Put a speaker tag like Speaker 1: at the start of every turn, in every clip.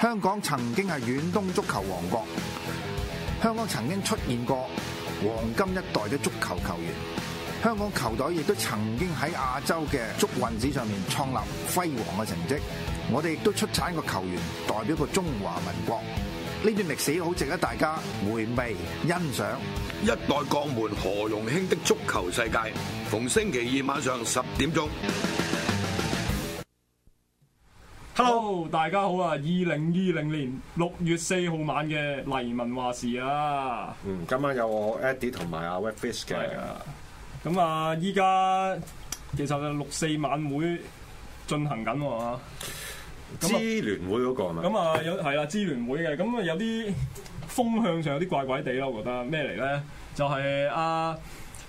Speaker 1: 香港曾經係遠東足球王國，香港曾經出現過黃金一代嘅足球球員，香港球隊亦都曾經喺亞洲嘅足運史上面創立輝煌嘅成績。我哋亦都出產個球員代表過中華民國，呢段歷史好值得大家回味欣賞。
Speaker 2: 一代國門何容興的足球世界，逢星期二晚上十點鐘。
Speaker 3: Hello，大家好啊！二零二零年六月四號晚嘅黎民話事啊，
Speaker 4: 嗯，今晚有我 Eddie 同埋阿 Webfish
Speaker 3: 係
Speaker 4: 嘅，
Speaker 3: 啊，咁啊，依家其實六四晚會進行緊喎、啊，咁啊
Speaker 4: 支聯會嗰個係咪？
Speaker 3: 咁啊有係啦，支聯會嘅，咁啊有啲風向上有啲怪怪地啦，我覺得咩嚟咧？就係、啊、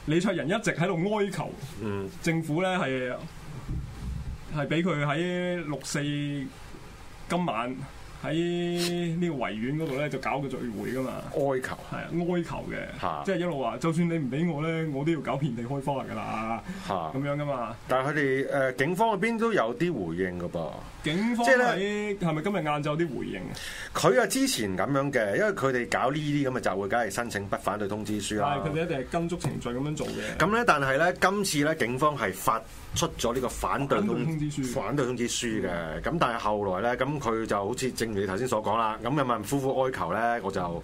Speaker 3: 李卓人一直喺度哀求
Speaker 4: 嗯，
Speaker 3: 政府咧係係俾佢喺六四今晚喺呢個維園嗰度咧就搞個聚會噶嘛。
Speaker 4: 哀求
Speaker 3: 係啊，哀求嘅，
Speaker 4: 嚇
Speaker 3: 即係一路話，就算你唔俾我咧，我都要搞遍地開花㗎啦，
Speaker 4: 嚇
Speaker 3: 咁，樣㗎嘛。
Speaker 4: 但係佢哋誒警方嗰邊都有啲回應㗎噃。
Speaker 3: 警方
Speaker 4: 即係
Speaker 3: 喺係咪今日晏晝啲回應啊？
Speaker 4: 佢啊之前咁樣嘅，因為佢哋搞呢啲咁嘅集會，梗係申請不反對通知書啦
Speaker 3: 但。係佢哋一定係跟足程序咁樣做嘅。
Speaker 4: 咁咧，但係咧，今次咧，警方係發出咗呢個反對
Speaker 3: 反對通知書
Speaker 4: 反對通知書嘅。咁但係後來咧，咁佢就好似正如你頭先所講啦，咁嘅民夫婦哀求咧，我就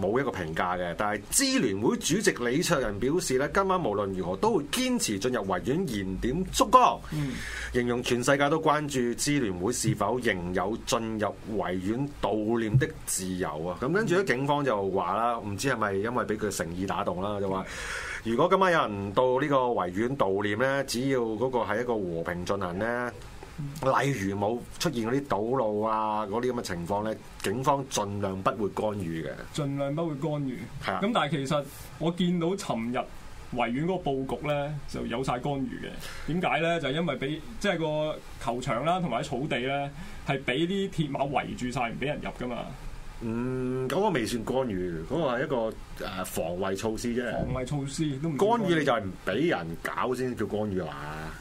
Speaker 4: 冇一個評價嘅。但係支聯會主席李卓人表示咧，今晚無論如何都會堅持進入維園燃點燭光，
Speaker 3: 嗯
Speaker 4: 形容全世界都關注支聯會是否仍有進入維園悼念的自由啊！咁跟住咧，警方就話啦，唔知係咪因為俾佢誠意打動啦，就話。如果今晚有人到呢個維園悼念咧，只要嗰個係一個和平進行咧，例如冇出現嗰啲堵路啊嗰啲咁嘅情況咧，警方盡量不會干預嘅。
Speaker 3: 盡量不會干預。
Speaker 4: 係啊
Speaker 3: 咁但係其實我見到尋日維園嗰個佈局咧，就有晒干預嘅。點解咧？就係因為俾即係個球場啦，同埋啲草地咧，係俾啲鐵馬圍住晒，唔俾人入噶嘛。
Speaker 4: 嗯，嗰、個未算干預，嗰、個係一個誒防衞措施啫。
Speaker 3: 防衞措施都唔
Speaker 4: 干預你就係唔俾人搞先叫干預啊！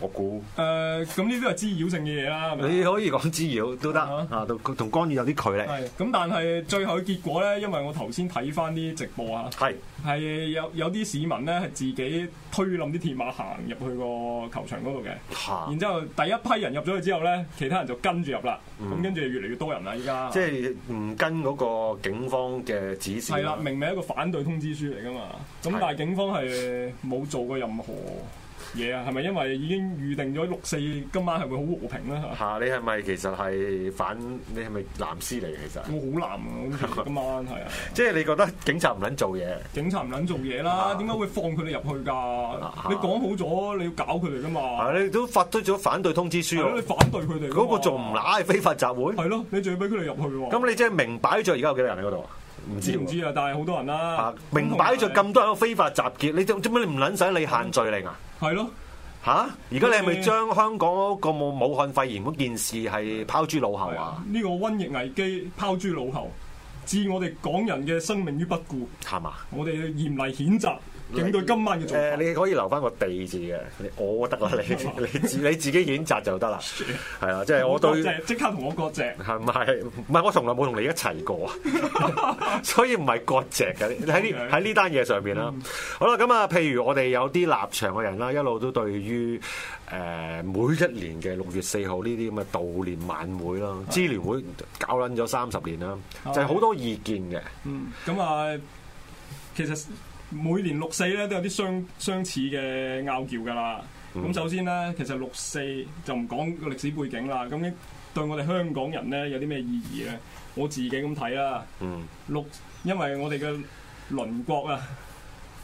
Speaker 4: 我估
Speaker 3: 誒，咁呢啲都係滋擾性嘅嘢啦。係咪
Speaker 4: 你可以講滋擾都得
Speaker 3: 啊
Speaker 4: 啊，同同干預有啲距離。
Speaker 3: 係咁，但係最後嘅結果咧，因為我頭先睇翻啲直播啊，
Speaker 4: 係
Speaker 3: 係有有啲市民咧係自己推冧啲鐵馬行入去個球場嗰度嘅。
Speaker 4: 嚇
Speaker 3: 然，之後第一批人入咗去之後咧，其他人就跟住入啦。咁、跟住越嚟越多人啦，依家
Speaker 4: 嗯即係唔跟嗰個警方嘅指示。啊
Speaker 3: 係啦，明明係一個反對通知書嚟噶嘛。咁
Speaker 4: 係
Speaker 3: 但係警方係冇做過任何嘢啊？係咪因為已經預定咗六四今晚係會好和平咧？
Speaker 4: 嚇、你係咪其實係反？你係咪藍絲嚟？其實，
Speaker 3: 我好難啊！好似今晚係啊，
Speaker 4: 即係你覺得警察唔撚做嘢，
Speaker 3: 警察唔撚做嘢啦，點解會放佢哋入去㗎？
Speaker 4: 啊
Speaker 3: 你講好咗，你要搞佢哋㗎嘛？
Speaker 4: 啊，你都發出咗反對通知書
Speaker 3: 係咯，你
Speaker 4: 喎，
Speaker 3: 反對佢哋㗎嘛
Speaker 4: 嗰個仲唔乸係非法集會？
Speaker 3: 係咯，你仲要俾佢哋入去喎？
Speaker 4: 咁你即係明擺咗而家有幾多人喺嗰度啊？唔知
Speaker 3: 知唔
Speaker 4: 喎。
Speaker 3: 知啊？但係好多人啦
Speaker 4: 啊！，明擺着咁多人喺度非法集結，你做做咩你唔撚使你限聚令啊？
Speaker 3: 係咯。
Speaker 4: 嚇！而家你係咪
Speaker 3: 嗯
Speaker 4: 將香港嗰個武武漢肺炎嗰件事係拋諸腦後
Speaker 3: 係
Speaker 4: 啊
Speaker 3: 啊！？呢個瘟疫危機拋諸腦後，置我哋港人嘅生命於不顧，
Speaker 4: 係嘛？
Speaker 3: 我哋要嚴厲譴責警隊今晚嘅做
Speaker 4: 嗯誒，
Speaker 3: 法。
Speaker 4: 你可以留翻個地字嘅，你我得啦，你你自你自己譴責就得啦，係啦，即係我
Speaker 3: 割
Speaker 4: 對。
Speaker 3: 席即刻同我割席，
Speaker 4: 係咪？唔係，我從來冇同你一齊過，所以唔係割席嘅。喺呢
Speaker 3: Okay
Speaker 4: 喺呢單嘢上邊啦。好啦，咁啊，譬如我哋有啲立場嘅人啦，一路都對於誒、呃每一年嘅六月四號呢啲咁嘅悼念晚會啦，支聯會搞撚咗三十年啦，就係好多意見嘅。
Speaker 3: 嗯，咁啊，其實每年六四咧都有啲相相似嘅拗撬㗎啦。
Speaker 4: 嗯
Speaker 3: 咁首先咧，其實六四就唔講個歷史背景啦。咁對我哋香港人咧有啲咩意義咧？我自己咁睇啦。
Speaker 4: 嗯，
Speaker 3: 六，因為我哋嘅鄰國啊，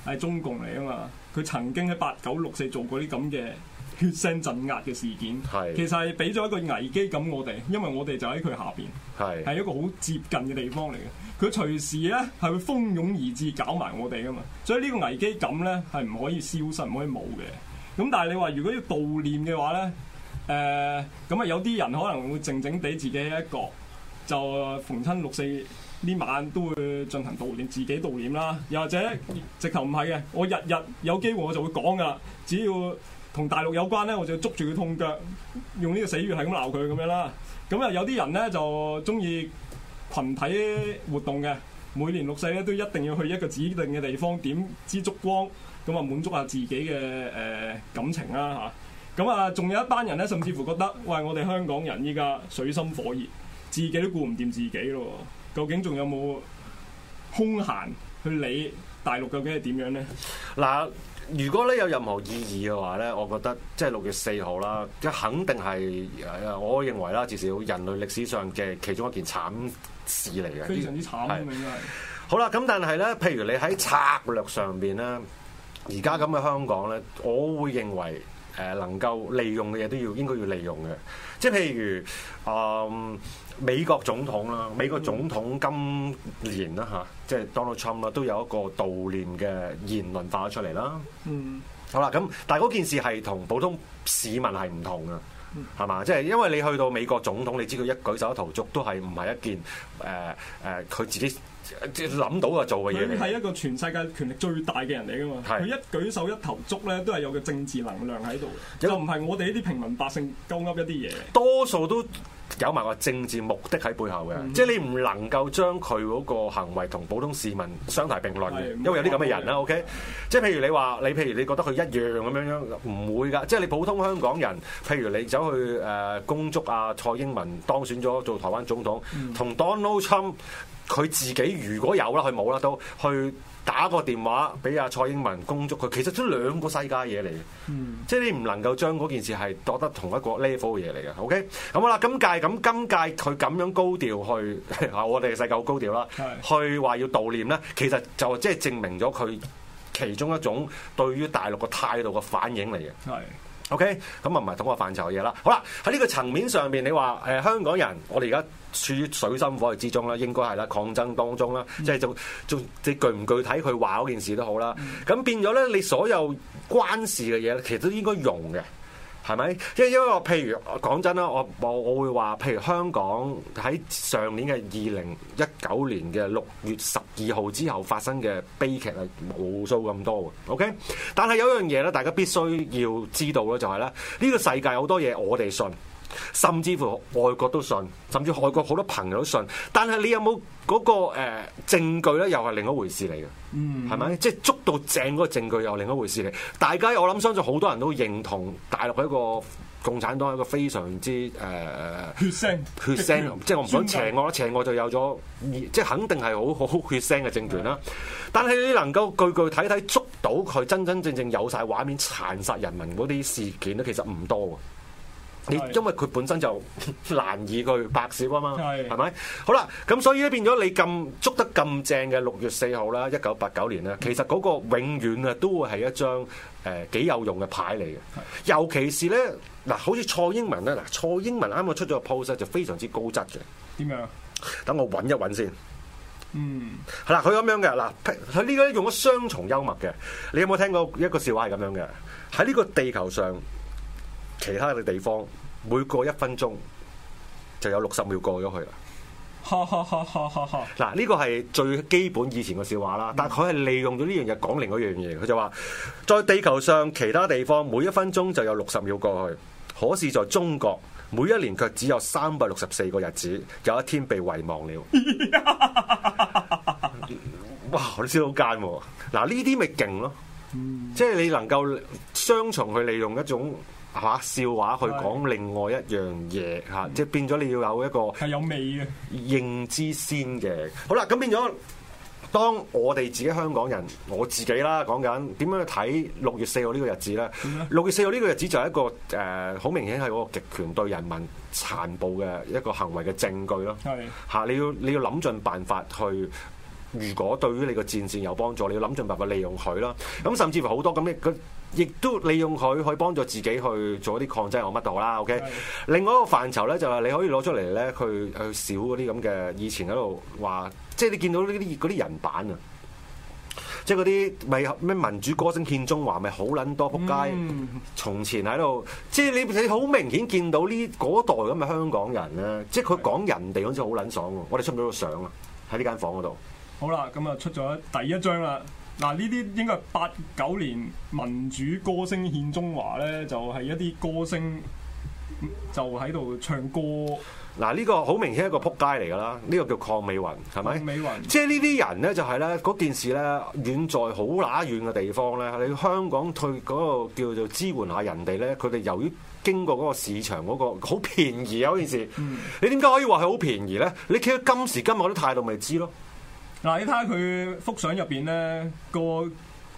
Speaker 3: 係中共嚟啊嘛，佢曾經喺八九六四做過啲咁嘅血腥鎮壓嘅事件，
Speaker 4: 係
Speaker 3: 其實係俾咗一個危機感我哋，因為我哋就喺佢下邊，
Speaker 4: 係
Speaker 3: 係一個好接近嘅地方嚟嘅，佢隨時咧係會蜂擁而至搞埋我哋噶嘛，所以呢個危機感咧係唔可以消失，唔可以冇嘅。咁但係你話如果要悼念嘅話咧，誒咁啊有啲人可能會靜靜地自己一個。就逢親六四呢晚都會進行悼念，自己悼念啦。又或者直頭唔係嘅，我日日有機會我就會講噶啦。只要同大陸有關咧，我就捉住佢痛腳，用呢個死穴係咁鬧佢咁樣啦。咁啊有啲人咧就中意群體活動嘅，每年六四咧都一定要去一個指定嘅地方點支燭光，咁啊滿足下自己嘅誒、呃感情啦嚇。咁啊，仲有一班人咧，甚至乎覺得，喂，我哋香港人依家水深火熱，自己都顧唔掂自己咯，究竟仲有冇空閒去理大陸究竟係點樣咧？
Speaker 4: 嗱，如果咧有任何意義嘅話咧，我覺得即係六月四號啦，即係肯定係誒我認為啦，至少人類歷史上嘅其中一件慘事嚟嘅。
Speaker 3: 非常之慘啊咁
Speaker 4: 係
Speaker 3: 樣真係。
Speaker 4: 好啦，咁但係咧，譬如你喺策略上邊咧，而家咁嘅香港咧，我會認為誒、呃能夠利用嘅嘢都要應該要利用嘅，即係譬如嗯美國總統啦，美國總統今年啦嚇，即係 Donald Trump 啦，都有一個悼念嘅言論發咗出嚟啦。
Speaker 3: 嗯，
Speaker 4: 好啦，咁但係嗰件事係同普通市民係唔同嘅。係嘛？即係因為你去到美國總統，你知佢一舉手一投足都係唔係一件誒誒佢自己即係諗到就做嘅嘢
Speaker 3: 佢
Speaker 4: 嚟嘅。
Speaker 3: 係一個全世界權力最大嘅人嚟噶嘛，
Speaker 4: 係
Speaker 3: 佢一舉手一投足咧，都係有個政治能量喺度嘅，
Speaker 4: 有
Speaker 3: 就唔係我哋呢啲平民百姓鳩噏一啲嘢。
Speaker 4: 多數都有埋個政治目的喺背後嘅，
Speaker 3: 嗯
Speaker 4: 即係你唔能夠將佢嗰個行為同普通市民相提並論嘅，
Speaker 3: 係
Speaker 4: 因為有啲咁嘅人
Speaker 3: 冇錯冇
Speaker 4: 啦
Speaker 3: 錯
Speaker 4: ，OK，即係譬如你話你譬如你覺得佢一樣咁樣樣，唔會㗎，即係你普通香港人，譬如你走去誒恭祝啊蔡英文當選咗做台灣總統，
Speaker 3: 嗯
Speaker 4: 同 Donald Trump 佢自己如果有啦，佢冇啦都去。打個電話俾阿蔡英文恭祝佢，其實都兩個世界嘢嚟嘅。嗯即係你唔能夠將嗰件事係覺得同一個 level 嘅嘢嚟嘅，OK？咁好啦，今屆咁今屆佢咁樣高調去， 啊我哋世界好高調啦，
Speaker 3: 係
Speaker 4: 去話要悼念咧，其實就即係證明咗佢其中一種對於大陸嘅態度嘅反應嚟嘅。
Speaker 3: 係
Speaker 4: OK，咁啊唔係同一個範疇嘅嘢啦。好啦，喺呢個層面上面，你話誒、香港人，我哋而家處於水深火熱之中啦，應該係啦，抗爭當中啦，即係仲仲你具唔具體佢話嗰件事都好啦。咁、變咗咧，你所有關事嘅嘢咧，其實都應該用嘅。係咪？因為因為我譬如講真啦，我我我會話，譬如香港喺上年嘅二零一九年嘅六月十二號之後發生嘅悲劇係無數咁多嘅。OK，但係有一樣嘢咧，大家必須要知道咧，就係咧呢個世界好多嘢我哋信。甚至乎外國都信，甚至外國好多朋友都信，但係你有冇嗰、個誒、呃、證據咧？又係另一回事嚟嘅。係咪？即係捉到正嗰個證據又另一回事嚟。大家我諗相信好多人都認同大陸係一個共產黨係一個非常之誒、呃
Speaker 3: 血腥，
Speaker 4: 血腥，
Speaker 3: 嗯
Speaker 4: 即係我唔想
Speaker 3: 宣
Speaker 4: 邪
Speaker 3: 鬥
Speaker 4: 惡啦，邪惡就有咗，即係肯定係好好 血腥嘅政權啦。但係你能夠具具體體捉到佢真真正正有晒畫面殘殺人民嗰啲事件咧，其實唔多嘅。你
Speaker 3: 係
Speaker 4: 因為佢本身就 難以去白少啊嘛，
Speaker 3: 係
Speaker 4: 係咪？好啦，咁所以咧變咗你咁捉得咁正嘅六月四號啦，一九八九年啦，其實嗰個永遠啊都會係一張誒幾有用嘅牌嚟嘅，尤其是咧嗱，好似蔡英文咧嗱，蔡英文啱啱出咗個 post 咧就非常之高質嘅，
Speaker 3: 點樣？
Speaker 4: 等我揾一揾先。
Speaker 3: 嗯，
Speaker 4: 係啦，佢咁樣嘅嗱，佢呢個用咗雙重幽默嘅。你有冇聽過一個笑話係咁樣嘅？喺呢個地球上，其他嘅地方每過一分鐘就有六十秒過咗去啦。
Speaker 3: 哈哈哈哈哈哈！
Speaker 4: 嗱，呢個係最基本以前嘅笑話啦，但係佢係利用咗呢樣嘢講另外一樣嘢，佢就話在地球上其他地方每一分鐘就有六十秒過去，可是在中國每一年卻只有三百六十四個日子，有一天被遺忘了。哇！你知道好奸喎，嗱呢啲咪勁咯，即係你能夠雙重去利用一種嚇、笑話去講另外一樣嘢嚇，即係變咗你要有一個。
Speaker 3: 係有味嘅，
Speaker 4: 認知先嘅。好啦，咁變咗。當我哋自己香港人，我自己啦，講緊點樣去睇六月四號呢個日子咧？六月四號呢個日子就係一個誒，好、明顯係嗰個極權對人民殘暴嘅一個行為嘅證據咯。
Speaker 3: 係
Speaker 4: 嚇、你要你要諗盡辦法去。如果對於你個戰線有幫助，你要諗盡辦法利用佢啦。咁甚至乎好多咁嘅，佢亦都利用佢去幫助自己去做一啲抗爭又乜度啦。OK，
Speaker 3: 係
Speaker 4: 另外一個範疇咧就係你可以攞出嚟咧，去去少嗰啲咁嘅以前喺度話，即係你見到呢啲嗰啲人版啊。即係嗰啲咪咩民主歌聲獻中華咪好撚多仆街，
Speaker 3: 嗯
Speaker 4: 從前喺度，即係你你好明顯見到呢嗰代咁嘅香港人咧，即係佢講人哋嗰陣時好撚爽喎，我哋出唔到個相啊，喺呢間房嗰度。
Speaker 3: 好啦，咁啊出咗第一張啦。嗱，呢啲應該係八九年民主歌聲嗯獻中華咧，就係、一啲歌星就喺度唱歌
Speaker 4: 嗱，呢個好明顯係一個撲街嚟㗎啦，呢個叫邝美雲係咪？
Speaker 3: 鄺美雲
Speaker 4: 即係呢啲人咧，就係咧嗰件事咧，遠在好乸遠嘅地方咧，你香港退嗰個叫做支援下人哋咧，佢哋由於經過嗰個市場嗰、個好便宜啊嗰件事，你點解可以話佢好便宜咧？你企到今時今日嗰啲態度咪知咯。
Speaker 3: 嗱，你睇下佢幅相入邊咧個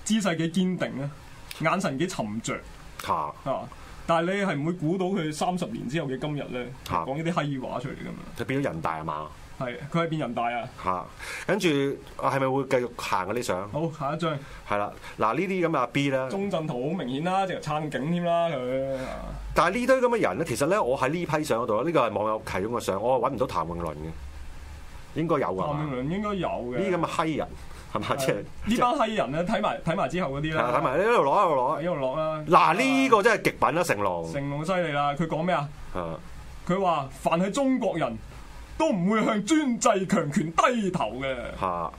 Speaker 3: 姿勢幾堅定啊，眼神幾沉着
Speaker 4: 嚇、
Speaker 3: 啊，但係你係唔會估到佢三十年之後嘅今日咧，
Speaker 4: 嚇
Speaker 3: 講呢啲閪話出嚟噶嘛。
Speaker 4: 佢變咗人大啊嘛
Speaker 3: 係，佢係變人大啊！
Speaker 4: 嚇，啊跟住啊係咪會繼續行嗰啲相？
Speaker 3: 好，下一張
Speaker 4: 係啦，嗱呢啲咁嘅阿 B 啦，
Speaker 3: 鐘鎮圖好明顯啦，直頭撐警添啦佢。啊
Speaker 4: 但係呢堆咁嘅人咧，其實咧我喺呢批相嗰度呢個係網友提供嘅相，我揾唔到譚詠麟嘅，應該有㗎
Speaker 3: 啊譚
Speaker 4: 嘛
Speaker 3: 詠？麟應該有嘅。
Speaker 4: 呢啲咁嘅閪人 係嘛？即係
Speaker 3: 呢班閪人咧，睇埋睇埋之後嗰啲
Speaker 4: 係啊
Speaker 3: 啦，
Speaker 4: 睇埋呢度攞一路攞
Speaker 3: 一。路落啦。啊
Speaker 4: 嗱呢個真係極品啦，成龍
Speaker 3: 成龍犀利啦，佢講咩啊？
Speaker 4: 啊！
Speaker 3: 佢話凡係中國人都唔會向專制強權低頭嘅。
Speaker 4: 嚇，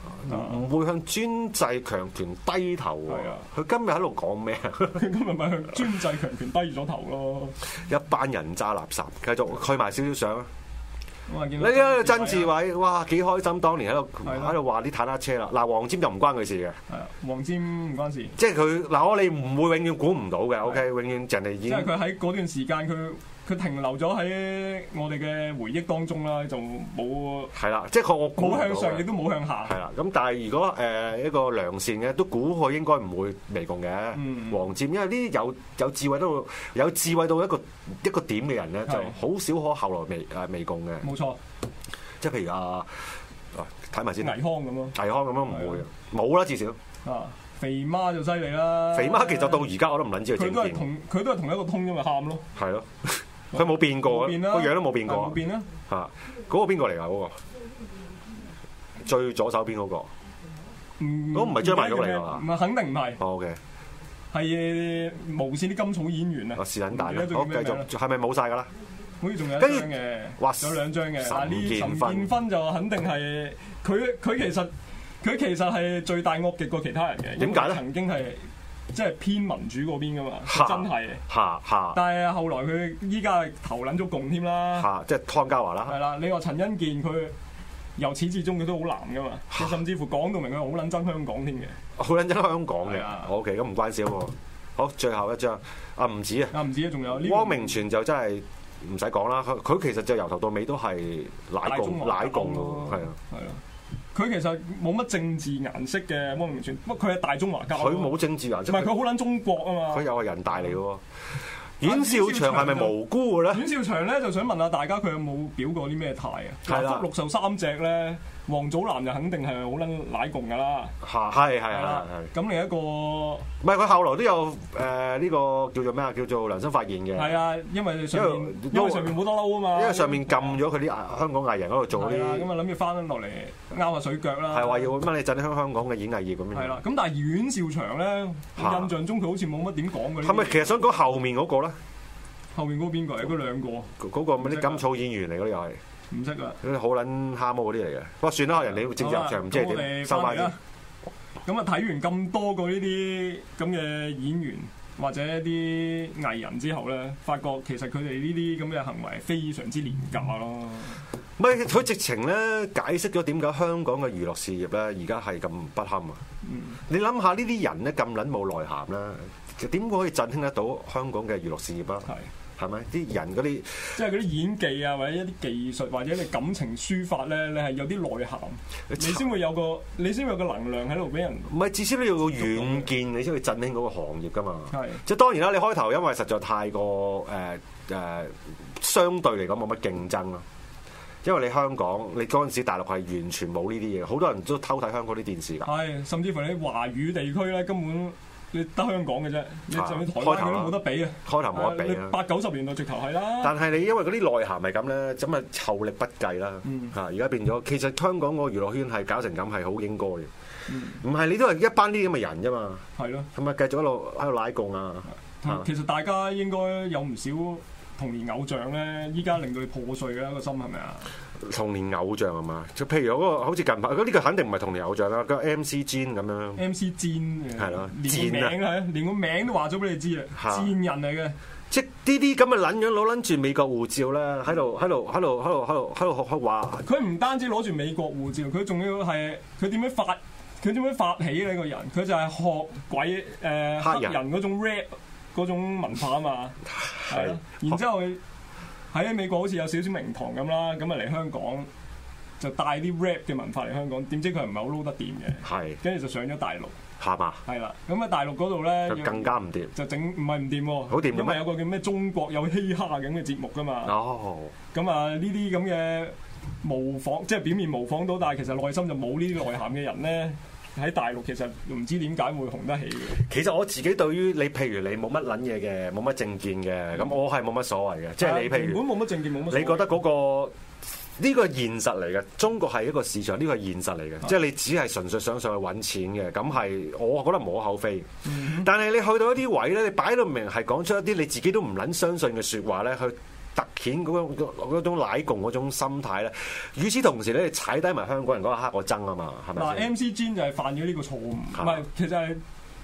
Speaker 4: 唔會向專制強權低頭
Speaker 3: 係啊
Speaker 4: 喎。佢今日喺度講咩啊？
Speaker 3: 佢今日咪向專制強權低咗頭咯。
Speaker 4: 一班人渣垃圾，繼續去埋少少相啊！
Speaker 3: 咁啊，見
Speaker 4: 你
Speaker 3: 到
Speaker 4: 睇下曾志偉，哇幾開心！當年喺度
Speaker 3: 係咯
Speaker 4: 喺度話啲坦克車啦。嗱，黃霑就唔關佢事嘅，
Speaker 3: 係啊，黃霑唔關事，
Speaker 4: 即係佢嗱我哋唔會永遠估唔到嘅。OK，永遠人哋已
Speaker 3: 即
Speaker 4: 經
Speaker 3: 係佢喺嗰段時間佢。佢停留咗喺我哋嘅回憶當中啦，就冇
Speaker 4: 係啦，即係佢我估
Speaker 3: 冇
Speaker 4: 唔到
Speaker 3: 向上，亦
Speaker 4: 嘅。
Speaker 3: 都冇向下
Speaker 4: 係。啦，咁但係如果誒、呃一個良善嘅，都估佢應該唔會微共嘅。
Speaker 3: 嗯
Speaker 4: 黃佔，因為呢啲有有智慧到有智慧到一個一個點嘅人咧，就
Speaker 3: 係
Speaker 4: 好少可後來微誒微共嘅。
Speaker 3: 冇錯，
Speaker 4: 即係譬如啊，啊睇埋先，
Speaker 3: 倪
Speaker 4: 倪
Speaker 3: 康咁咯。
Speaker 4: 康咁樣唔會嘅，冇啦至少。
Speaker 3: 啊，肥媽就犀利啦。
Speaker 4: 肥媽其實到而家我都唔撚知佢
Speaker 3: 佢
Speaker 4: 整
Speaker 3: 都係
Speaker 4: 邊，
Speaker 3: 同佢都係同一個通啫嘛，喊咯。
Speaker 4: 係咯，佢冇變過，啊
Speaker 3: 變
Speaker 4: 個
Speaker 3: 啦，
Speaker 4: 樣都冇變
Speaker 3: 係
Speaker 4: 過啊
Speaker 3: 冇變啦。
Speaker 4: 嚇。嗰個邊個嚟㗎？嗰個最左手邊嗰個哦
Speaker 3: 嗯
Speaker 4: 嗰個唔係張曼玉嚟㗎嘛
Speaker 3: 唔係，肯定唔係，
Speaker 4: 哦，OK，
Speaker 3: 係無線啲金草演員啊。
Speaker 4: 我是撚蛋
Speaker 3: 唔記
Speaker 4: 啦
Speaker 3: 得，咗叫咩名啊
Speaker 4: 好繼
Speaker 3: 啦
Speaker 4: 續，係咪冇晒㗎啦？
Speaker 3: 好似仲有一張
Speaker 4: 跟住
Speaker 3: 嘅，
Speaker 4: 哇
Speaker 3: 有兩張嘅。嗱，呢
Speaker 4: 岑建
Speaker 3: 岑
Speaker 4: 勳
Speaker 3: 建勳就肯定係佢，佢其實佢其實係最大惡極過其他人嘅。因為
Speaker 4: 點解咧
Speaker 3: 佢曾經係即係偏民主嗰邊㗎嘛，
Speaker 4: 嚇
Speaker 3: 真係。
Speaker 4: 嚇嚇
Speaker 3: 但係後來佢依家係投撚咗共添啦。
Speaker 4: 嚇，即係湯家華啦
Speaker 3: 係。啦，你話陳恩健佢由始至終佢都好藍噶嘛，佢甚至乎講到明佢好撚憎香港添嘅。
Speaker 4: 好撚憎香港嘅
Speaker 3: 係啊。
Speaker 4: O K，咁唔關事喎。好，最後一張啊，唔止啊，
Speaker 3: 啊，唔止啊，仲有呢個
Speaker 4: 汪明荃就真係唔使講啦。佢佢其實就由頭到尾都係奶
Speaker 3: 大中
Speaker 4: 共
Speaker 3: 華
Speaker 4: 奶共
Speaker 3: 咯
Speaker 4: 嘅，係啊。
Speaker 3: 係咯。佢其實冇乜政治顏色嘅汪明荃，不過佢係大中華膠。
Speaker 4: 佢冇政治顏
Speaker 3: 唔
Speaker 4: 色，
Speaker 3: 係佢
Speaker 4: 佢
Speaker 3: 好撚中國啊
Speaker 4: 佢
Speaker 3: 嘛。
Speaker 4: 又係人大嚟嘅喎。
Speaker 3: 阮
Speaker 4: 阮
Speaker 3: 兆
Speaker 4: 兆
Speaker 3: 祥
Speaker 4: 祥係咪無辜嘅咧？
Speaker 3: 阮兆祥咧就想問下大家佢有冇表過啲咩態啊？
Speaker 4: 係啦
Speaker 3: 嗱福祿壽三隻咧，黃祖藍就肯定係好撚奶共噶啦。
Speaker 4: 嚇係係
Speaker 3: 係啊
Speaker 4: 係
Speaker 3: 啦
Speaker 4: 係。，
Speaker 3: 咁另一個
Speaker 4: 唔係佢後來都有誒呢個叫做咩啊？叫做良心發現嘅。
Speaker 3: 係啊，因為上面
Speaker 4: 因為
Speaker 3: 因為上面冇得嬲啊嘛，
Speaker 4: 因為上面禁咗佢啲藝香港藝人嗰度做
Speaker 3: 係啦，咁
Speaker 4: 啲，
Speaker 3: 啊諗住翻落嚟啱下水腳啦，
Speaker 4: 係話要乜你振香香港嘅演藝業咁
Speaker 3: 係
Speaker 4: 樣。
Speaker 3: 啦。咁但係阮兆祥咧，
Speaker 4: 嚇
Speaker 3: 我印象中佢好似冇乜點講嘅。
Speaker 4: 係咪其實想講後面嗰個咧？
Speaker 3: 後面嗰個邊個嚟？嗰兩個
Speaker 4: 嗰嗰個
Speaker 3: 啊
Speaker 4: 乜啲金草演員嚟嗰啲又係，
Speaker 3: 唔識啦。
Speaker 4: 嗰啲好撚蝦毛嗰啲嚟嘅。不過算啦，人哋政治立場唔知係
Speaker 3: 好啦咁我哋
Speaker 4: 點，收
Speaker 3: 返
Speaker 4: 翻
Speaker 3: 嚟
Speaker 4: 先
Speaker 3: 啦。咁啊，睇完咁多個呢啲咁嘅演員或者一啲藝人之後咧，發覺其實佢哋呢啲咁嘅行為非常之廉價咯。
Speaker 4: 唔係佢直情咧解釋咗點解香港嘅娛樂事業咧而家係咁不堪啊！
Speaker 3: 嗯
Speaker 4: 你諗下呢啲人咧咁撚冇內涵啦，點可以振興得到香港嘅娛樂事業啊？
Speaker 3: 係。
Speaker 4: 係咪啲人嗰啲
Speaker 3: 即係嗰啲演技啊，或者一啲技術，或者你感情抒發咧，你係有啲內涵，你先會有個，你先會有個能量喺度俾人
Speaker 4: 唔係至少都要個遠見，你先去振興嗰個行業噶嘛？
Speaker 3: 係
Speaker 4: 即係當然啦，你開頭因為實在太過誒誒、呃呃相對嚟講冇乜競爭啦。因為你香港，你嗰陣時大陸係完全冇呢啲嘢，好多人都偷睇香港啲電視㗎。
Speaker 3: 係，啊甚至乎你華語地區咧，根本你得香港嘅啫，你
Speaker 4: 啊
Speaker 3: 甚至台灣
Speaker 4: 開頭
Speaker 3: 佢都
Speaker 4: 啊
Speaker 3: 冇得比啊！
Speaker 4: 開頭冇得比
Speaker 3: 你
Speaker 4: 啦。
Speaker 3: 八九十年代直頭係啦，
Speaker 4: 但係你因為嗰啲內涵係咁咧，咁啊臭力不計啦
Speaker 3: 嗯
Speaker 4: 嚇。而家變咗，其實香港個娛樂圈係搞成咁係好應該嘅，
Speaker 3: 嗯
Speaker 4: 唔係你都係一班呢啲咁嘅人啫嘛，
Speaker 3: 係咯。
Speaker 4: 係咪繼續喺度喺度拉共啊？啊
Speaker 3: 其實大家應該有唔少童年偶像咧，依家令到你破碎嘅一個心係咪啊？
Speaker 4: 童年偶像係嘛？就譬如嗰個好似近排嗰呢個肯定唔係童年偶像啦，個 MC Jin 咁樣
Speaker 3: MC 戰嘅，
Speaker 4: 嗯係咯
Speaker 3: 呃連個
Speaker 4: 戰啊
Speaker 3: 名係，連個名都話咗俾你知啊，
Speaker 4: 嚇
Speaker 3: 戰人嚟嘅。
Speaker 4: 即係呢啲咁嘅撚樣攞撚住美國護照咧，喺度喺度喺度喺度喺度喺度學話。
Speaker 3: 佢唔單止攞住美國護照，佢仲要係佢點樣發佢點樣發起呢個人？佢就係學鬼誒、呃
Speaker 4: 黑
Speaker 3: 黑
Speaker 4: 人
Speaker 3: 人嗰種 rap 嗰種文化啊嘛，係咯。然之後佢喺美國好似有少少名堂咁啦，咁啊嚟香港就帶啲 rap 嘅文化嚟香港，點知佢唔係好撈得掂嘅，
Speaker 4: 係
Speaker 3: 跟住就上咗大陸，
Speaker 4: 係嘛？
Speaker 3: 係啦。咁喺大陸嗰度咧
Speaker 4: 就更加唔掂。
Speaker 3: 就整唔係唔掂喎，
Speaker 4: 好掂嘅咩
Speaker 3: 因為有個叫咩中國有嘻哈咁嘅節目噶嘛。
Speaker 4: 哦，
Speaker 3: 咁啊，呢啲咁嘅模仿，即係表面模仿到，但係其實內心就冇呢啲內涵嘅人咧，喺大陸其實唔知點解會紅得起嘅。
Speaker 4: 其實我自己對於你，譬如你冇乜撚嘢嘅，冇乜政見嘅，咁我係冇乜所謂嘅。即係你譬
Speaker 3: 原
Speaker 4: 如
Speaker 3: 本，啊冇乜政見，冇乜所謂。
Speaker 4: 你覺得嗰、個呢個係現實嚟嘅，中國係一個市場，呢個係現實嚟
Speaker 3: 啊
Speaker 4: 嘅，即係你只係純粹想上去揾錢嘅，咁係我覺得無可厚非。
Speaker 3: 嗯
Speaker 4: 但係你去到一啲位咧，你擺到明係講出一啲你自己都唔撚相信嘅説話咧，去。突顯嗰種嗰種奶共嗰種心態咧，與此同時咧，你踩低埋香港人嗰個黑我憎啊嘛，係
Speaker 3: 嗱
Speaker 4: 咪先？
Speaker 3: ，MC Jin 就係犯咗呢個錯誤，唔
Speaker 4: 嚇
Speaker 3: 係其實係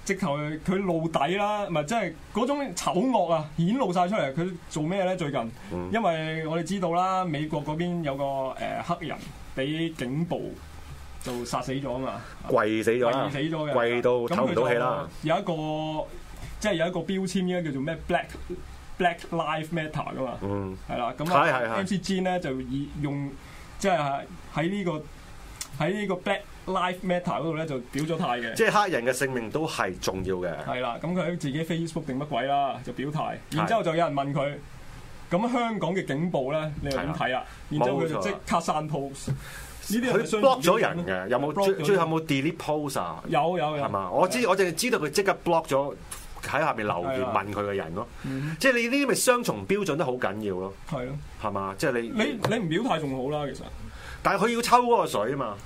Speaker 3: 直頭係佢露底啦，唔係即係嗰種醜惡啊，顯露晒出嚟。佢做咩咧？最近，
Speaker 4: 嗯
Speaker 3: 因為我哋知道啦，美國嗰邊有個誒、呃黑人俾警暴就殺死咗啊嘛。
Speaker 4: 跪死咗啦
Speaker 3: 跪死咗嘅，，
Speaker 4: 跪啊到
Speaker 3: 咁
Speaker 4: 唞唔到氣啦。
Speaker 3: 佢就有一個即係有一個標籤咧，叫做咩 Black Black Life Matter 噶嘛，
Speaker 4: 嗯，
Speaker 3: 係啦。咁
Speaker 4: 係係係
Speaker 3: 啊，MC Jin 咧就以用即係喺呢個喺呢個 Black Life Matter 嗰度咧就表咗態嘅。
Speaker 4: 即係黑人嘅性命都係重要嘅。
Speaker 3: 係啦，咁佢喺自己 Facebook 定乜鬼啦，就表態，然之後就有人問佢。咁香港嘅警報咧，你又點睇啊？然之後佢就
Speaker 4: 冇錯
Speaker 3: 即刻散 post，呢啲係咪
Speaker 4: 佢
Speaker 3: 雙
Speaker 4: block
Speaker 3: 標
Speaker 4: 咗
Speaker 3: 準
Speaker 4: 人
Speaker 3: 咧
Speaker 4: 嘅，有冇
Speaker 3: block
Speaker 4: 最
Speaker 3: 咗
Speaker 4: 最後
Speaker 3: 人
Speaker 4: 有冇 delete post 啊？
Speaker 3: 有有有
Speaker 4: 係嘛？我知我淨係知道佢即刻 block 咗喺下面留言
Speaker 3: 係啊嗯
Speaker 4: 問佢嘅人咯。即係你呢啲咪雙重標準得好緊要咯，
Speaker 3: 係咯。
Speaker 4: 係嘛？即
Speaker 3: 你
Speaker 4: 係你，
Speaker 3: 你唔表態仲好啦，其實
Speaker 4: 但係佢要抽嗰個水啊嘛。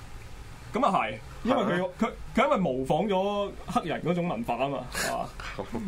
Speaker 3: 咁啊係，因為
Speaker 4: 係
Speaker 3: 佢佢佢因為模仿咗黑人嗰種文化啊嘛，係 嘛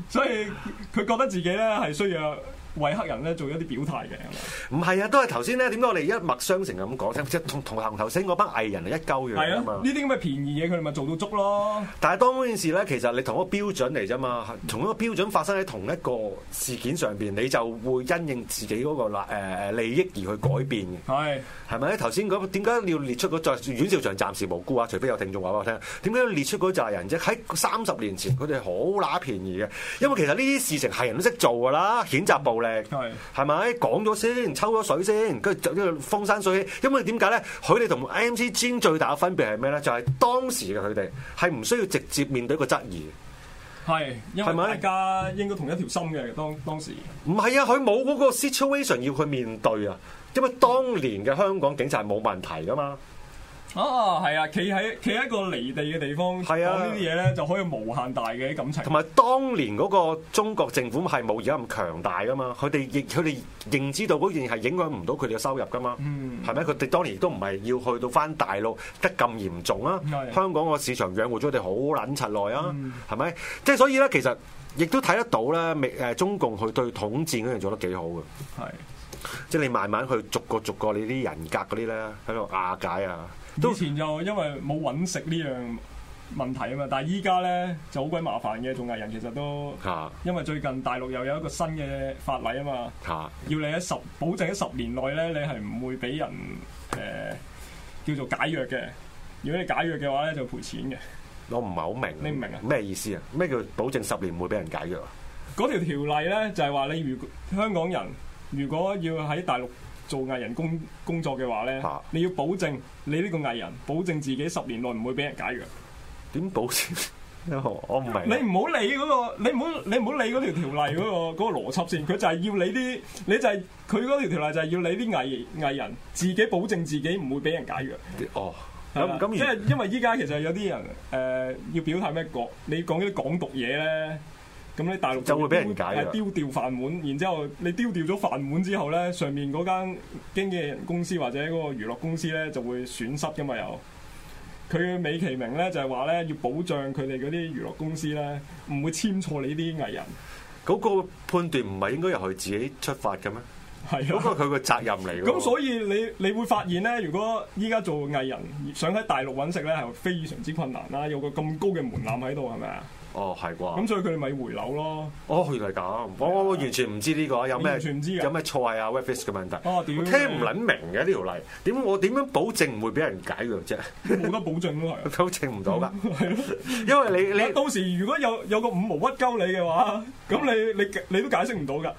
Speaker 3: 所以佢覺得自己咧係需要為黑人咧做一啲表態嘅，係嘛
Speaker 4: 唔係啊，都係頭先咧，點解我哋一脈相承咁講？即係同同同頭先嗰班藝人係一
Speaker 3: 係
Speaker 4: 鳩樣
Speaker 3: 啊
Speaker 4: 啊嘛，
Speaker 3: 呢。啲咁嘅便宜嘢佢哋咪做到足咯，
Speaker 4: 但係當嗰件事咧，其實你同一個標準嚟啫嘛，同一個標準發生喺同一個事件上邊，你就會因應自己嗰、個啦誒誒利益而去改變嘅，
Speaker 3: 係
Speaker 4: 係咪咧？頭先講點解要列出嗰陣阮兆祥暫時無辜啊？除非有聽眾話俾我聽，點解要列出嗰扎人啫？喺三十年前佢哋好乸便宜嘅，因為其實呢啲事情係人都識做㗎啦，譴責暴力。
Speaker 3: 係
Speaker 4: 係咪講咗先，抽咗水先，跟住就呢個風山水起。因為點解咧？佢哋同 MC Jin 最大嘅分別係咩咧？就係、當時嘅佢哋係唔需要直接面對個質疑。
Speaker 3: 係，因
Speaker 4: 係
Speaker 3: 為大
Speaker 4: 咪
Speaker 3: 家應該同一條心嘅，當當時
Speaker 4: 唔係啊，佢冇嗰個 situation 要佢面對啊。因為當年嘅香港警察係冇問題噶嘛，
Speaker 3: 啊係啊，企喺企喺一個離地嘅地方講
Speaker 4: 係啊
Speaker 3: 呢啲嘢咧，就可以無限大嘅感情
Speaker 4: 同。埋當年嗰個中國政府係冇而家咁強大噶嘛，佢哋亦佢哋認知到嗰件係影響唔到佢哋嘅收入噶嘛，
Speaker 3: 嗯
Speaker 4: 係咪、佢哋當年亦都唔係要去到翻大陸得咁嚴重啊，
Speaker 3: 係嗯
Speaker 4: 香港個市場養活咗佢哋好撚柒耐啊，係咪、即係所以咧，其實亦都睇得到咧，美誒中共佢對統戰嗰樣做得幾好嘅，
Speaker 3: 係
Speaker 4: 即係你慢慢去逐個逐個你啲人格嗰啲咧喺度瓦解啊，都
Speaker 3: 以前就因為冇揾食呢樣問題啊嘛，但係依家咧就好鬼麻煩嘅，做藝人其實都。
Speaker 4: 嚇
Speaker 3: 因為最近大陸又有一個新嘅法例啊嘛，
Speaker 4: 嚇
Speaker 3: 要你喺十保證喺十年內咧，你係唔會俾人誒、呃叫做解約嘅。如果你解約嘅話咧，就賠錢嘅。
Speaker 4: 我唔係好明，
Speaker 3: 你唔明啊
Speaker 4: 咩意思啊？咩叫保證十年唔會俾人解約啊？
Speaker 3: 嗰條條例咧就係、話你如果香港人如果要喺大陸做藝人工工作嘅話咧，
Speaker 4: 啊
Speaker 3: 你要保證你呢個藝人保證自己十年內唔會俾人解約。
Speaker 4: 點保 鮮？我唔
Speaker 3: 你
Speaker 4: 明。啊
Speaker 3: 唔好理嗰、個，你唔好你唔好理嗰條條例嗰、個嗰、個邏輯先，佢就係要你啲，你就係佢嗰條條例就係要你啲藝藝人自己保證自己唔會俾人解約。
Speaker 4: 哦，
Speaker 3: 係啦
Speaker 4: 咁咁
Speaker 3: 即
Speaker 4: 而
Speaker 3: 係因為依家其實有啲人誒、呃要表態咩講，你講啲港獨嘢咧，咁你大陸
Speaker 4: 就會俾人
Speaker 3: 丟
Speaker 4: 解啊約
Speaker 3: 係丟掉飯碗，然之後你丟掉咗飯碗之後咧，上面嗰間經紀人公司或者嗰個娛樂公司咧就會損失噶嘛又。佢嘅美其名咧就係話咧要保障佢哋嗰啲娛樂公司咧唔會簽錯你啲藝人，
Speaker 4: 嗰個判斷唔係應該由佢自己出發嘅咩？
Speaker 3: 係
Speaker 4: 嗰
Speaker 3: 啊。
Speaker 4: 個佢個責任嚟喎。
Speaker 3: 咁所以你你會發現咧，如果依家做藝人想喺大陸揾食咧，係非常之困難啦，有個咁高嘅門檻喺度，係咪啊？
Speaker 4: 哦係
Speaker 3: 咁
Speaker 4: 啩？
Speaker 3: 所以佢哋咪回流 咯。
Speaker 4: 哦原來咁，我我我完全唔知呢個有咩
Speaker 3: 你完全唔知㗎
Speaker 4: 有咩錯係啊 w e b f i s 嘅問題。
Speaker 3: 哦屌
Speaker 4: 我聽唔撚明嘅呢條例，點我點樣保證唔會俾人解約啫？
Speaker 3: 冇得保證咯，係啊。
Speaker 4: 保證唔到㗎，
Speaker 3: 係咯。
Speaker 4: 因為你你
Speaker 3: 到時如果有有個五毛屈鳩你嘅話，咁你你你都解釋唔到㗎。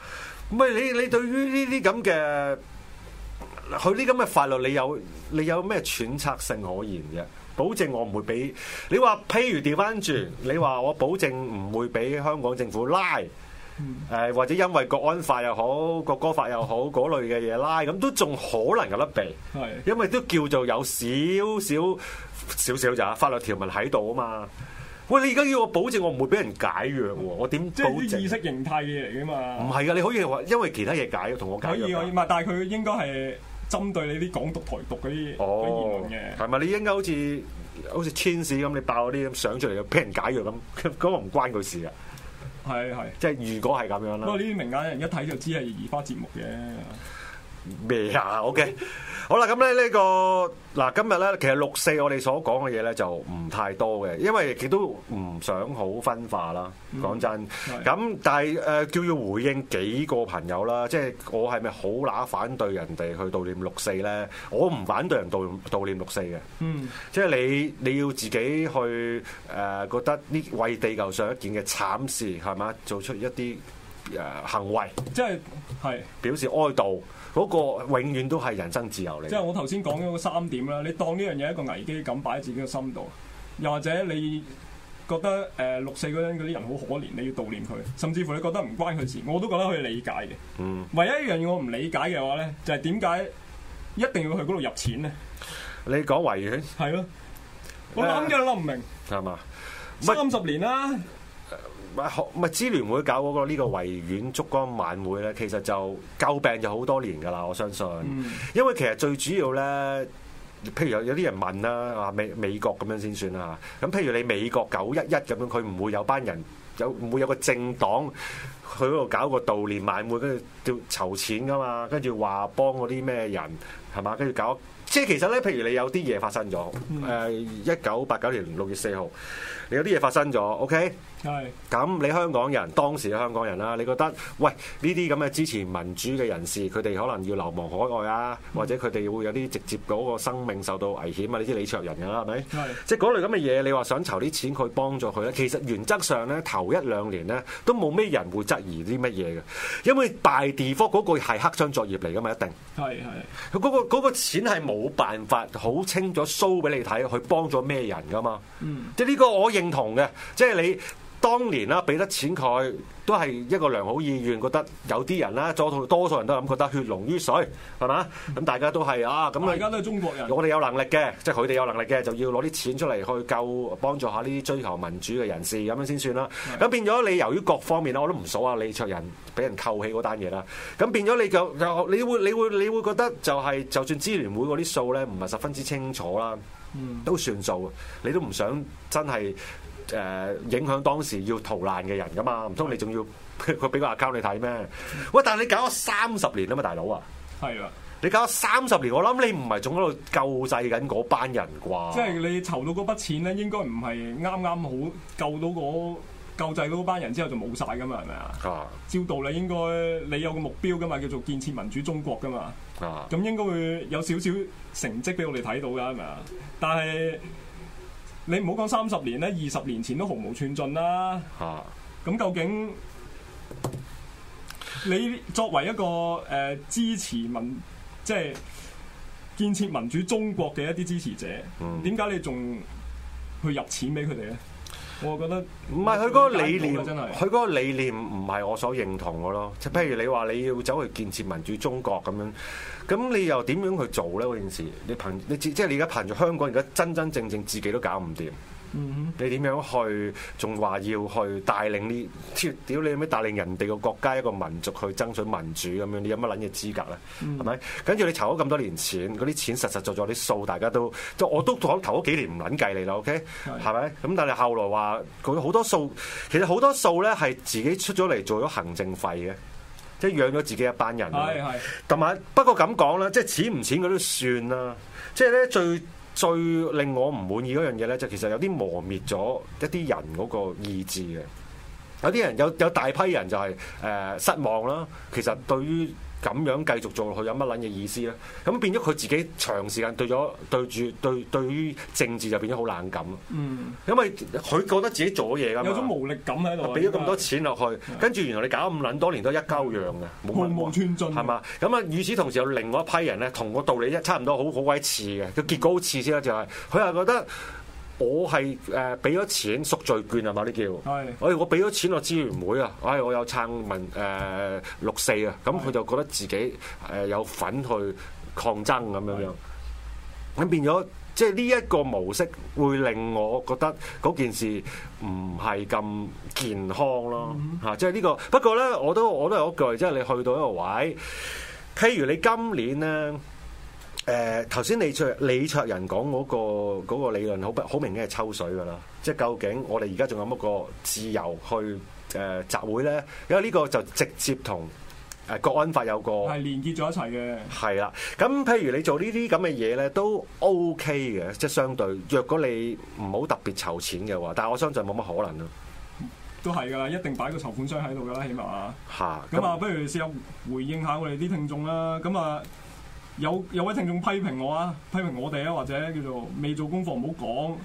Speaker 4: 唔係你你對於呢啲咁嘅佢呢咁嘅法律，你有你有咩揣測性可言嘅？保證我唔會俾你話，譬如調翻轉，你話我保證唔會俾香港政府拉。
Speaker 3: 嗯
Speaker 4: 誒、或者因為國安法又好，國歌法又好嗰類嘅嘢拉，咁都仲可能有得避，
Speaker 3: 係
Speaker 4: 因為都叫做有少少少少咋法律條文喺度啊嘛。喂，你而家要我保證我唔會俾人解約喎，我點
Speaker 3: 即
Speaker 4: 保
Speaker 3: 係啲
Speaker 4: 證
Speaker 3: 意？識形態嘅嘢嚟㗎
Speaker 4: 唔
Speaker 3: 嘛。
Speaker 4: 係噶，你可以話因為其他嘢解同我解
Speaker 3: 可以
Speaker 4: 約
Speaker 3: 可以，
Speaker 4: 㗎
Speaker 3: 唔。係，但係佢應該係針對你啲港獨台獨嗰啲嗰啲
Speaker 4: 哦，
Speaker 3: 言論嘅。
Speaker 4: 係咪你應該好似好似千史咁，你爆嗰啲咁相出嚟，俾人解約咁，咁嗰個唔關佢事嘅。
Speaker 3: 係係。
Speaker 4: 即係如果係咁樣
Speaker 3: 不過呢
Speaker 4: 啦，
Speaker 3: 啲明眼人一睇就知係移花節目嘅。
Speaker 4: 咩啊？OK，好啦，咁咧呢個嗱今日咧，其實六四我哋所講嘅嘢咧就唔太多嘅，因為亦都唔想好分化啦。講真，
Speaker 3: 係
Speaker 4: 咁但係誒叫要回應幾個朋友啦，即係我係咪好乸反對人哋去悼念六四咧？我唔反對人悼悼念六四嘅。
Speaker 3: 嗯，
Speaker 4: 即係你你要自己去誒、呃、覺得呢為地球上一件嘅慘事係嘛，做出一啲誒、呃行為
Speaker 3: 即係係，
Speaker 4: 表示哀悼，嗰、個永遠都係人生自由嚟
Speaker 3: 即係。我頭先講咗嗰三點啦。你當呢樣嘢一個危機感擺喺自己嘅心度，又或者你覺得誒、呃六四嗰陣嗰啲人好可憐，你要悼念佢，甚至乎你覺得唔關佢事，我都覺得可以理解嘅。
Speaker 4: 嗯，
Speaker 3: 唯一一樣嘢我唔理解嘅話咧，就係點解一定要去嗰度入錢咧？
Speaker 4: 你講維園
Speaker 3: 係咯，我諗嘅諗唔明，
Speaker 4: 係嘛？乜
Speaker 3: 三十年啦，
Speaker 4: 咪學咪支聯會搞嗰個呢個維園燭光晚會咧，其實就救病就好多年㗎啦，我相信。
Speaker 3: 嗯
Speaker 4: 因為其實最主要咧，譬如有有啲人問啦，啊美美國咁樣先算啦嚇。咁譬如你美國九一一咁樣，佢唔會有班人有唔會有個政黨去嗰度搞個悼念晚會，跟住要籌錢㗎嘛，跟住話幫嗰啲咩人係嘛，跟住搞。即係其實咧，譬如你有啲嘢發生咗，誒一九八九年六月四號，你有啲嘢發生咗，OK。
Speaker 3: 係
Speaker 4: 咁你香港人當時嘅香港人啦，你覺得喂呢啲咁嘅支持民主嘅人士，佢哋可能要流亡海外啊，或者佢哋會有啲直接嗰個生命受到危險啊？呢啲李卓人㗎啦，係咪？
Speaker 3: 係
Speaker 4: 即係嗰類咁嘅嘢，你話想籌啲錢去幫助佢咧，其實原則上咧頭一兩年咧都冇咩人會質疑啲乜嘢嘅，因為大地方嗰個係黑箱作業嚟㗎嘛，一定。
Speaker 3: 係係
Speaker 4: 佢嗰、個嗰、個錢係冇辦法好清楚 show 俾你睇，佢幫咗咩人噶嘛？
Speaker 3: 嗯
Speaker 4: 即係呢個我認同嘅，即係你當年啦，俾得錢佢都係一個良好意願，覺得有啲人啦，多數多數人都係咁覺得血濃於水係嘛？咁大家都係啊，咁
Speaker 3: 大
Speaker 4: 啊
Speaker 3: 家都係中國人，
Speaker 4: 我哋有能力嘅，即係佢哋有能力嘅，就要攞啲錢出嚟去救幫助下呢啲追求民主嘅人士咁樣先算啦。咁變咗你由於各方面啦，我都唔數啊李卓人俾人扣起嗰單嘢啦。咁變咗你就就你會你會你會覺得就係、就算支聯會嗰啲數咧，唔係十分之清楚啦，
Speaker 3: 嗯
Speaker 4: 都算數。你都唔想真係誒、呃影響當時要逃難嘅人噶嘛？唔通你仲要 佢俾個 account 你睇咩？喂！但係你搞咗三十年啊嘛，大佬啊！
Speaker 3: 係啦，
Speaker 4: 你搞咗三十年，我諗你唔係仲喺度救濟緊嗰班人啩？
Speaker 3: 即係你籌到嗰筆錢咧，應該唔係啱啱好救到嗰救濟到嗰班人之後就冇晒噶嘛，係咪啊？
Speaker 4: 啊
Speaker 3: 照道理應該你有個目標噶嘛，叫做建設民主中國噶嘛。
Speaker 4: 啊！
Speaker 3: 咁應該會有少少成績俾我哋睇到㗎，係咪啊？但係你唔好講三十年咧，二十年前都毫無寸進啦。
Speaker 4: 啊
Speaker 3: 咁究竟你作為一個誒、呃支持民，即係建設民主中國嘅一啲支持者，
Speaker 4: 嗯
Speaker 3: 點解、你仲去入錢俾佢哋咧？我覺得
Speaker 4: 唔係佢嗰個理念，
Speaker 3: 真係
Speaker 4: 佢嗰個理念唔係我所認同嘅咯。即係譬如你話你要走去建設民主中國咁樣，咁你又點樣去做咧？嗰件事你憑你自即係你而家憑住香港而家真真正正自己都搞唔掂，
Speaker 3: 嗯
Speaker 4: 你點樣去仲話要去帶領呢？屌屌你咩帶領人哋個國家一個民族去爭取民主咁樣，你有乜撚嘢資格咧？
Speaker 3: 嗯
Speaker 4: 係咪？跟住你籌咗咁多年錢，嗰啲錢實實在在啲數，大家都即係我都講頭嗰幾年唔撚計你啦，OK
Speaker 3: 係
Speaker 4: 係咪？咁但係後來話佢好多數，其實好多數咧係自己出咗嚟做咗行政費嘅，即係養咗自己一班人。
Speaker 3: 係係
Speaker 4: 同埋不過咁講啦，即係錢唔錢佢都算啦。即係咧最最令我唔滿意嗰樣嘢咧，就其實有啲磨滅咗一啲人嗰個意志嘅。有啲人有有大批人就係、呃失望啦，其實對於咁樣繼續做落去有乜撚嘅意思咧？咁變咗佢自己長時間對咗對住對對於政治就變咗好冷感，
Speaker 3: 嗯，
Speaker 4: 因為佢覺得自己做咗嘢㗎嘛。
Speaker 3: 有種無力感喺度啊。
Speaker 4: 啊俾咗咁多錢落去，
Speaker 3: 啊
Speaker 4: 跟住原來你搞咁撚多年都一鳩樣嘅，
Speaker 3: 毫
Speaker 4: 冇
Speaker 3: 無寸進
Speaker 4: 係嘛？咁啊，與此同時有另外一批人咧，同個道理一差唔多，好好鬼似嘅，個結果好似先啦，就係佢係覺得。我係誒俾咗錢贖罪券啊係嘛？呢叫，
Speaker 3: 係
Speaker 4: 我我俾咗錢落支聯會啊，唉、我有撐民誒、呃六四啊，咁佢就覺得自己誒、呃有份去抗爭咁樣樣。咁變咗，即係呢一個模式會令我覺得嗰件事唔係咁健康咯嚇、即係呢、個。不過咧，我都我都有一句，即係你去到一個位，譬如你今年咧。誒頭先李卓李卓人講嗰、個嗰個理論好不好明顯係抽水㗎啦，即係究竟我哋而家仲有冇個自由去誒、呃集會咧？因為呢個就直接同誒國安法有個
Speaker 3: 係連結咗一齊嘅。
Speaker 4: 係啦，咁譬如你做呢啲咁嘅嘢咧，都 OK 嘅，即係相對。若果你唔好特別籌錢嘅話，但係我相信冇乜可能咯。
Speaker 3: 都係㗎啦，一定擺個籌款箱喺度㗎啦，起碼。
Speaker 4: 嚇，
Speaker 3: 咁啊，不如試下回應下我哋啲聽眾啦。咁啊，有有位聽眾批評我啊，批評我哋啊，或者叫做未做功課唔好講，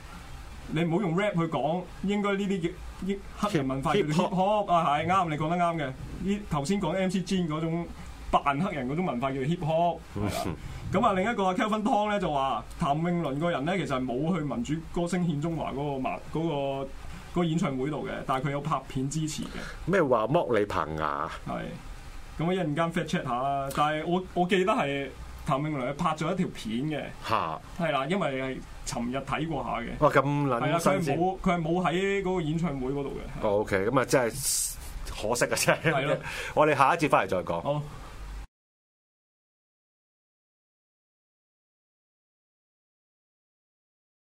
Speaker 3: 你唔好用 rap 去講，應該呢啲叫英黑人文化叫做
Speaker 4: Hip
Speaker 3: hip hop 啊，係啱，你講得啱嘅。呢頭先講 MC Jin 嗰種扮黑人嗰種文化叫做 hip hop，係啦。咁啊，另一個啊 Kelvin 湯咧就話譚詠麟個人咧其實係冇去民主歌聲獻中華嗰、個麻嗰、個嗰個演唱會度嘅，但係佢有拍片支持嘅。
Speaker 4: 咩話剝你棚牙？
Speaker 3: 係，咁我一陣間 fact check 下啦。但係我我記得係譚詠麟係拍咗一條片嘅，
Speaker 4: 嚇！
Speaker 3: 係啦，因為係尋日睇過下嘅，
Speaker 4: 哇啊咁
Speaker 3: 係啊啦，
Speaker 4: 撚
Speaker 3: 佢係
Speaker 4: 新鮮。
Speaker 3: 冇佢係冇喺嗰個演唱會嗰度嘅。
Speaker 4: 哦 OK，咁啊真係可惜啊真
Speaker 3: 係咯
Speaker 4: 係。我哋下一節翻嚟再講。
Speaker 3: 好。